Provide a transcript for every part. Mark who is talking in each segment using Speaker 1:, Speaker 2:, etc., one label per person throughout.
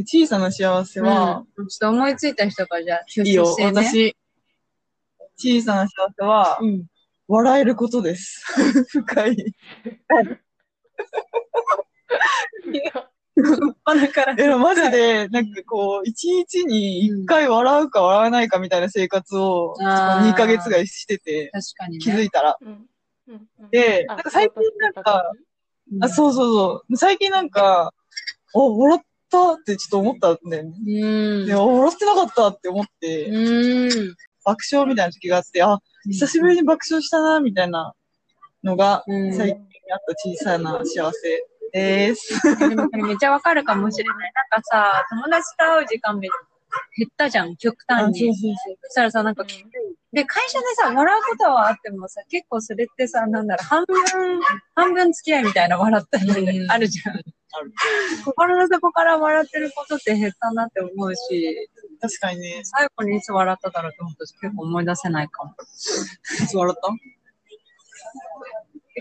Speaker 1: 小さな幸せは、
Speaker 2: うん、ちょっと思いついた人からじゃあ、出
Speaker 1: いいよ、
Speaker 2: 世ね。
Speaker 1: 私、小さな幸せは、
Speaker 2: うん。
Speaker 1: 笑えること です。深い。
Speaker 2: 鼻から。
Speaker 1: え、マジで、なんかこう、一日に一回笑うか笑わないかみたいな生活を、
Speaker 2: うんあー
Speaker 1: 2ヶ月ぐらいしてて、
Speaker 2: 確かにね。
Speaker 1: 気づいたら。
Speaker 3: うんうんうん
Speaker 1: で、
Speaker 3: あ
Speaker 1: なんか最近なんか、
Speaker 2: うん
Speaker 1: あ、そうそうそう。最近なんか、お、笑ったってちょっと思ったんだよね。
Speaker 2: うーん。
Speaker 1: で、お笑ってなかったって思って、
Speaker 2: うーん。
Speaker 1: 爆笑みたいな時があって、あ、久しぶりに爆笑したな、みたいなのが、
Speaker 2: うん
Speaker 1: 最近あった小さな幸せです。
Speaker 2: でもこれめっちゃわかるかもしれない。なんかさ、友達と会う時間め減ったじゃん、極端に。
Speaker 1: そうそう。
Speaker 2: そしたらさ、なんか、で、会社でさ、笑うことはあってもさ、結構それってさ、なんだろう、半分、半分付き合いみたいな笑ったり
Speaker 1: うん
Speaker 2: あるじゃん。
Speaker 1: ある
Speaker 2: 心の底から笑ってることって減ったなって思うし、
Speaker 1: 確かにね、
Speaker 2: 最後にいつ笑っただろうって思うと結構思い出せないかも。
Speaker 1: いつ笑った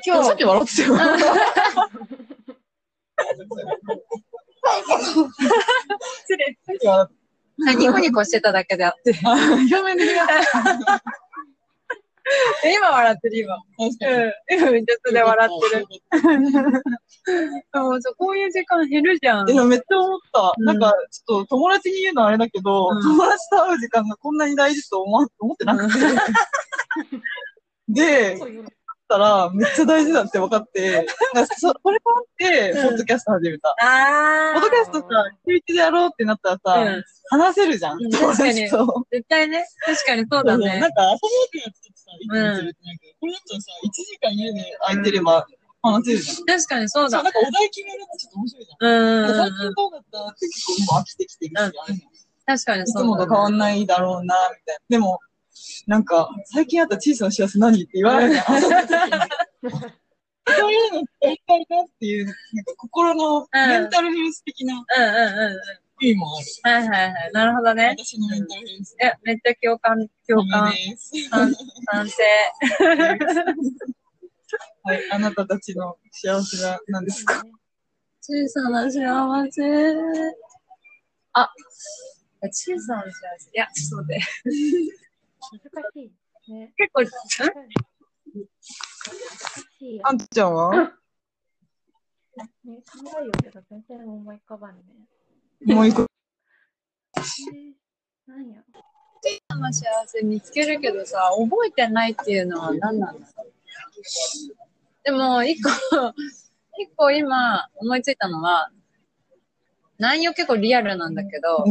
Speaker 2: 今
Speaker 1: さっ
Speaker 2: 日、
Speaker 1: き笑ってたよ。
Speaker 2: 失礼。
Speaker 1: さっき笑っ
Speaker 2: ニコニコしてただけであって。
Speaker 1: た。表面的な。
Speaker 2: え今笑ってる、今。
Speaker 1: 確かに。
Speaker 2: うん。うん、ちょっとで笑ってる。でもそう、こういう時間減るじゃん。
Speaker 1: え、でもめっちゃ思った。
Speaker 2: うん
Speaker 1: なんか、ちょっと友達に言うのはあれだけど、
Speaker 2: うん
Speaker 1: 友達と会う時間がこんなに大事と思わ思ってなくて。で、
Speaker 3: そういうの
Speaker 1: ったら、めっちゃ大事だって分かって、なんかそこれもあって、ポッドキャスト始めた。
Speaker 2: あ
Speaker 1: ポッドキャストさ、週一でやろうってなったらさ、
Speaker 2: うん
Speaker 1: 話せるじゃん。
Speaker 2: うん確かに
Speaker 1: そう
Speaker 2: 絶対ね。確かにそうだね
Speaker 1: な。んか、遊ぼうってやつってさ、一日ずれてないけど、これだとさ、1時間家で空いてれば話せるじゃん。
Speaker 2: 確かにそう
Speaker 1: そう、
Speaker 2: だ。
Speaker 1: なんかお題決めるのちょっと面白いじ
Speaker 2: う
Speaker 1: ゃ
Speaker 2: ん
Speaker 1: ん。
Speaker 2: うん
Speaker 1: 最
Speaker 2: うん
Speaker 1: 近。どうだったって結構もう飽きてきてるし、
Speaker 2: うん
Speaker 1: あれも
Speaker 2: 確かに
Speaker 1: いつ
Speaker 2: そ
Speaker 1: も
Speaker 2: う
Speaker 1: と
Speaker 2: だ
Speaker 1: 変わ
Speaker 2: ね。
Speaker 1: んないだろうな、みたいな。でも、なんか、最近あった小さな幸せ何って言われるじゃん。そういうのやりたいなっていう、なんか心のメンタルヘルス的な
Speaker 2: うんうんうんうん。
Speaker 1: 意味もある。
Speaker 2: はいはいはい。なるほどね。
Speaker 1: 私のメンタルヘルス。
Speaker 2: え、めっちゃ共感、共感、
Speaker 1: です。
Speaker 2: 賛成。
Speaker 1: はい、あなたたちの幸せは何ですか
Speaker 2: 小さな幸せ。あ、小さな幸せ。いや、そうで。
Speaker 3: 難しい。ね。
Speaker 2: 結構、ん
Speaker 3: 難しいよ
Speaker 1: あんちゃんは
Speaker 3: ね。考えようけど全然思い浮かばんね。
Speaker 1: もう一個。
Speaker 3: えなんや。
Speaker 2: 小さな幸せ見つけるけどさ、覚えてないっていうのは何なんだろう。でも、一個、 一個今思いついたのは、内容結構リアルなんだけど、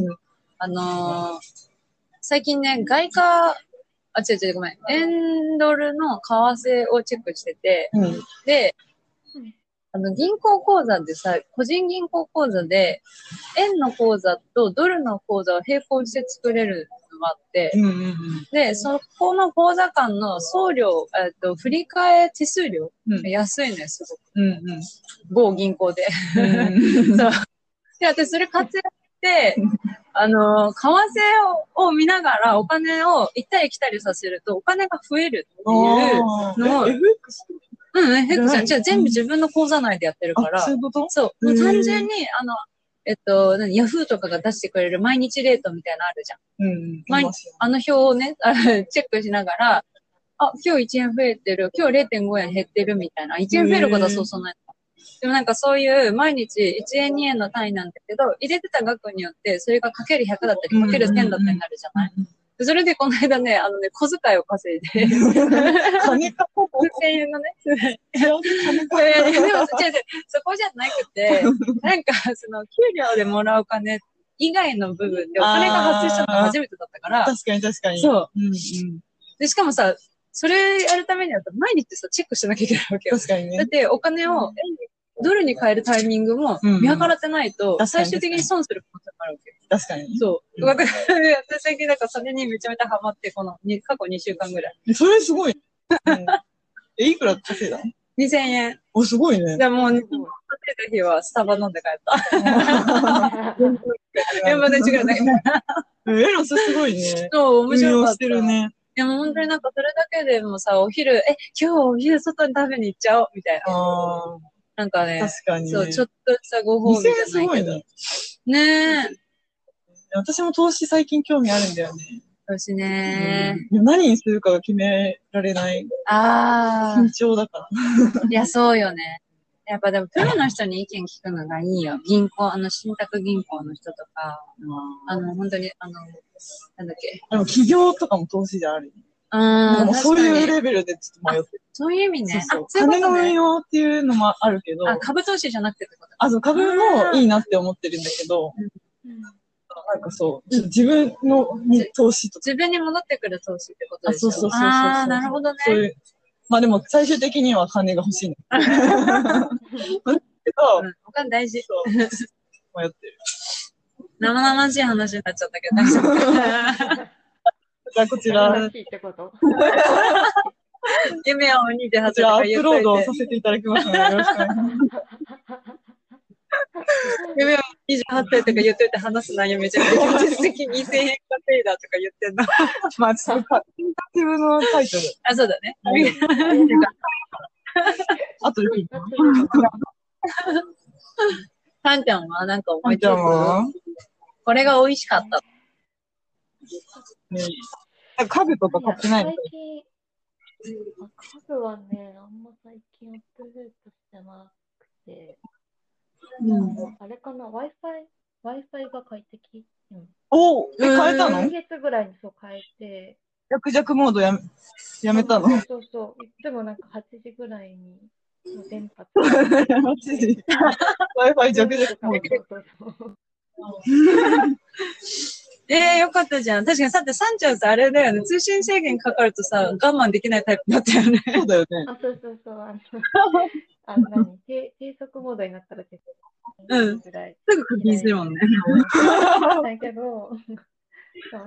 Speaker 2: あのー最近ね、外貨、あ、違う違う、ごめん、円ドルの為替をチェックしてて、
Speaker 1: うん。うん。
Speaker 2: で
Speaker 3: うん、
Speaker 2: あの、銀行口座でさ、個人銀行口座で、円の口座とドルの口座を並行して作れるのがあって、
Speaker 1: うんうん
Speaker 2: で、そこの口座間の送料、えっと、振り替え手数料、
Speaker 1: うん
Speaker 2: 安いのよ、すごく。
Speaker 1: うん。うんうん。
Speaker 2: 某銀行で。 そう。で、私それ活用して、あの、為替をを見ながらお金を行ったり来たりさせるとお金が増えるっていう。のを
Speaker 1: え FX
Speaker 2: うんうん、ヘクちゃ
Speaker 1: うん
Speaker 2: ん。じゃあ全部自分の口座内でやってるか
Speaker 1: あ、
Speaker 2: ら
Speaker 1: そう。いうこと
Speaker 2: そう。もう単純に、あの、えっと、何、ヤフーとかが出してくれる毎日レートみたいなのあるじゃん。
Speaker 1: うん。
Speaker 2: 毎
Speaker 1: 日。
Speaker 2: あの表をね、あ チェックしながら、あ、今日1円増えてる、今日0.5円減ってるみたいな。1円増えることはそうそうない。でもなんかそういう毎日1円2円の単位なんだけど、入れてた額によってそれがかける100だったり、かける1000だったりになるじゃないでそれでこの間ね、あのね、小遣いを稼いで、
Speaker 1: 金かここ。
Speaker 2: 5000円のね、
Speaker 1: 幸せ金か
Speaker 2: いやいやでも、違う違う、そこじゃなく て、なんか、その、給料でもらうお金以外の部分でお金が発生したのが初めてだったから、
Speaker 1: 確かに確かに。
Speaker 2: そう。
Speaker 1: うんうん。
Speaker 2: で、しかもさ、それやるためにはさ毎日さ、チェックしなきゃいけないわけよ。
Speaker 1: 確かに
Speaker 2: だ
Speaker 1: ね。
Speaker 2: って、お金をドルに変えるタイミングも
Speaker 1: うん
Speaker 2: 見計らってない
Speaker 1: 確
Speaker 2: と、
Speaker 1: かに
Speaker 2: 最終的に損することになるわけよ。
Speaker 1: 確かに。
Speaker 2: そ
Speaker 1: う
Speaker 2: う。
Speaker 1: ん
Speaker 2: だから私最近なんかそれにめちゃめちゃハマって、このに過去2週間ぐらい。
Speaker 1: えそれすごい。うんえ、いくら稼いだの
Speaker 2: 2000円。
Speaker 1: お、すごいね。
Speaker 2: でもう、
Speaker 3: す
Speaker 2: 稼い
Speaker 3: ごい
Speaker 2: だ日はスタバ飲んで帰った。
Speaker 1: え
Speaker 2: 現場で違うね。
Speaker 1: エロスすごいね。
Speaker 2: そう、面
Speaker 1: 運
Speaker 2: 白
Speaker 1: 用
Speaker 2: かっ。
Speaker 1: したてるね。
Speaker 2: でも本当になんかそれだけでもさ、お昼、え、今日お昼外に食べに行っちゃおう、みたいな。
Speaker 1: ああ、
Speaker 2: なんかね
Speaker 1: 確、かにね。
Speaker 2: そう、ちょっとしたご褒
Speaker 1: 2000
Speaker 2: 美じゃ
Speaker 1: 円す
Speaker 2: ない
Speaker 1: ご
Speaker 2: け
Speaker 1: い
Speaker 2: ど
Speaker 1: ね。。
Speaker 2: ねえ。
Speaker 1: 私も投資最近興味あるんだよね。
Speaker 2: 私ね、
Speaker 1: うんでも何にするかが決められない。
Speaker 2: あ
Speaker 1: 緊張だから。
Speaker 2: あ、いや、そうよね。やっぱでも、プロの人に意見聞くのがいいよ。銀行、あの、信託銀行の人とか、あの、本当に、あの、なんだっけ。
Speaker 1: でも企業とかも投資じゃある。
Speaker 2: あ
Speaker 1: も
Speaker 2: あ、
Speaker 1: うそう
Speaker 2: 確か
Speaker 1: いう
Speaker 2: に
Speaker 1: レベルでちょっと迷って。
Speaker 2: そういう意味
Speaker 1: そう
Speaker 2: ね。
Speaker 1: そう
Speaker 2: あ、そうい
Speaker 1: 金の
Speaker 2: うこと
Speaker 1: 運
Speaker 2: ね。
Speaker 1: 用っていうのもあるけど、
Speaker 2: あ、株投資じゃなくてってこと
Speaker 1: あ、そう、株もいいなって思ってるんだけど、
Speaker 3: うん
Speaker 1: なんかそう、ちょっと自分のに投資とか、
Speaker 2: 自分に戻ってくる投資ってことでしょ
Speaker 1: あそうそうそうそうそう
Speaker 2: ああ、なるほどね。
Speaker 1: そういう、まあでも最終的には金が欲 しいん だけど、
Speaker 2: うん、お金大事。
Speaker 1: そう迷ってる。
Speaker 2: 生々しい話になっちゃったけど、大丈夫
Speaker 1: じゃあこち
Speaker 3: 楽
Speaker 1: ら、こ
Speaker 3: しいってこと。
Speaker 2: 夢を鬼で
Speaker 1: ち
Speaker 2: 外
Speaker 1: らア
Speaker 2: れ
Speaker 1: ップ ロードをさせていただきますので、よろしくお願いします。
Speaker 2: 夢を28歳とか言っといて話す内容めちゃくちゃ現実的に2000円稼いだとか言ってんの。
Speaker 1: まあちょっとタイトルのタイトル、
Speaker 2: あ、そうだね。
Speaker 1: あとで聞いて。
Speaker 2: パンちゃんはなんか思
Speaker 1: ま
Speaker 2: い
Speaker 1: い
Speaker 2: つ
Speaker 1: ちゃんは
Speaker 2: くこれが美味しかった。
Speaker 1: ね家具とか買ってないの
Speaker 3: 最近、あ家具はね、あんま最近アップデートしてなくて、あれかな、Wi-Fi、Wi-Fi が快適。うん、
Speaker 1: おえ、変えた
Speaker 2: う
Speaker 1: の
Speaker 3: 先月ぐらいにそう変えて、
Speaker 1: 弱弱モードやめ、やめ たの
Speaker 3: そうそうそう、いつもなんか8時ぐらいに、もう電波つ
Speaker 1: マジで ?Wi-Fi 弱弱モード。
Speaker 3: そうそうそう
Speaker 2: ええよかったじゃん。確かに、さて、サンちゃんさ、あれだよね。通信制限かかるとさ、我慢できないタイプだったよね。
Speaker 1: そうだよね。
Speaker 3: あ、そうそうそう、あの、あの何低低速モードになったら結構、
Speaker 2: うん
Speaker 3: ぐらい。
Speaker 2: すぐ課金するもんね。
Speaker 3: だけど、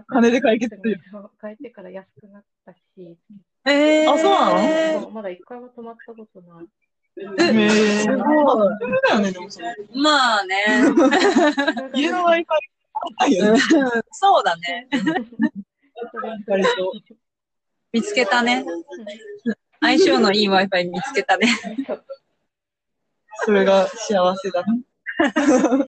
Speaker 1: 金で解決する
Speaker 3: 変えてから安くなったし、
Speaker 2: ええ
Speaker 1: あそうなの
Speaker 3: そうまだ一回も泊まったことない。
Speaker 1: へえ。すごい。だよね、でもそれ。
Speaker 2: まあね。
Speaker 1: 家の Wi-Fi ないよね。
Speaker 2: そうだね。
Speaker 1: 割と。
Speaker 2: 見つけたね。相性のいい Wi-Fi 見つけたね。
Speaker 1: それが幸せだな。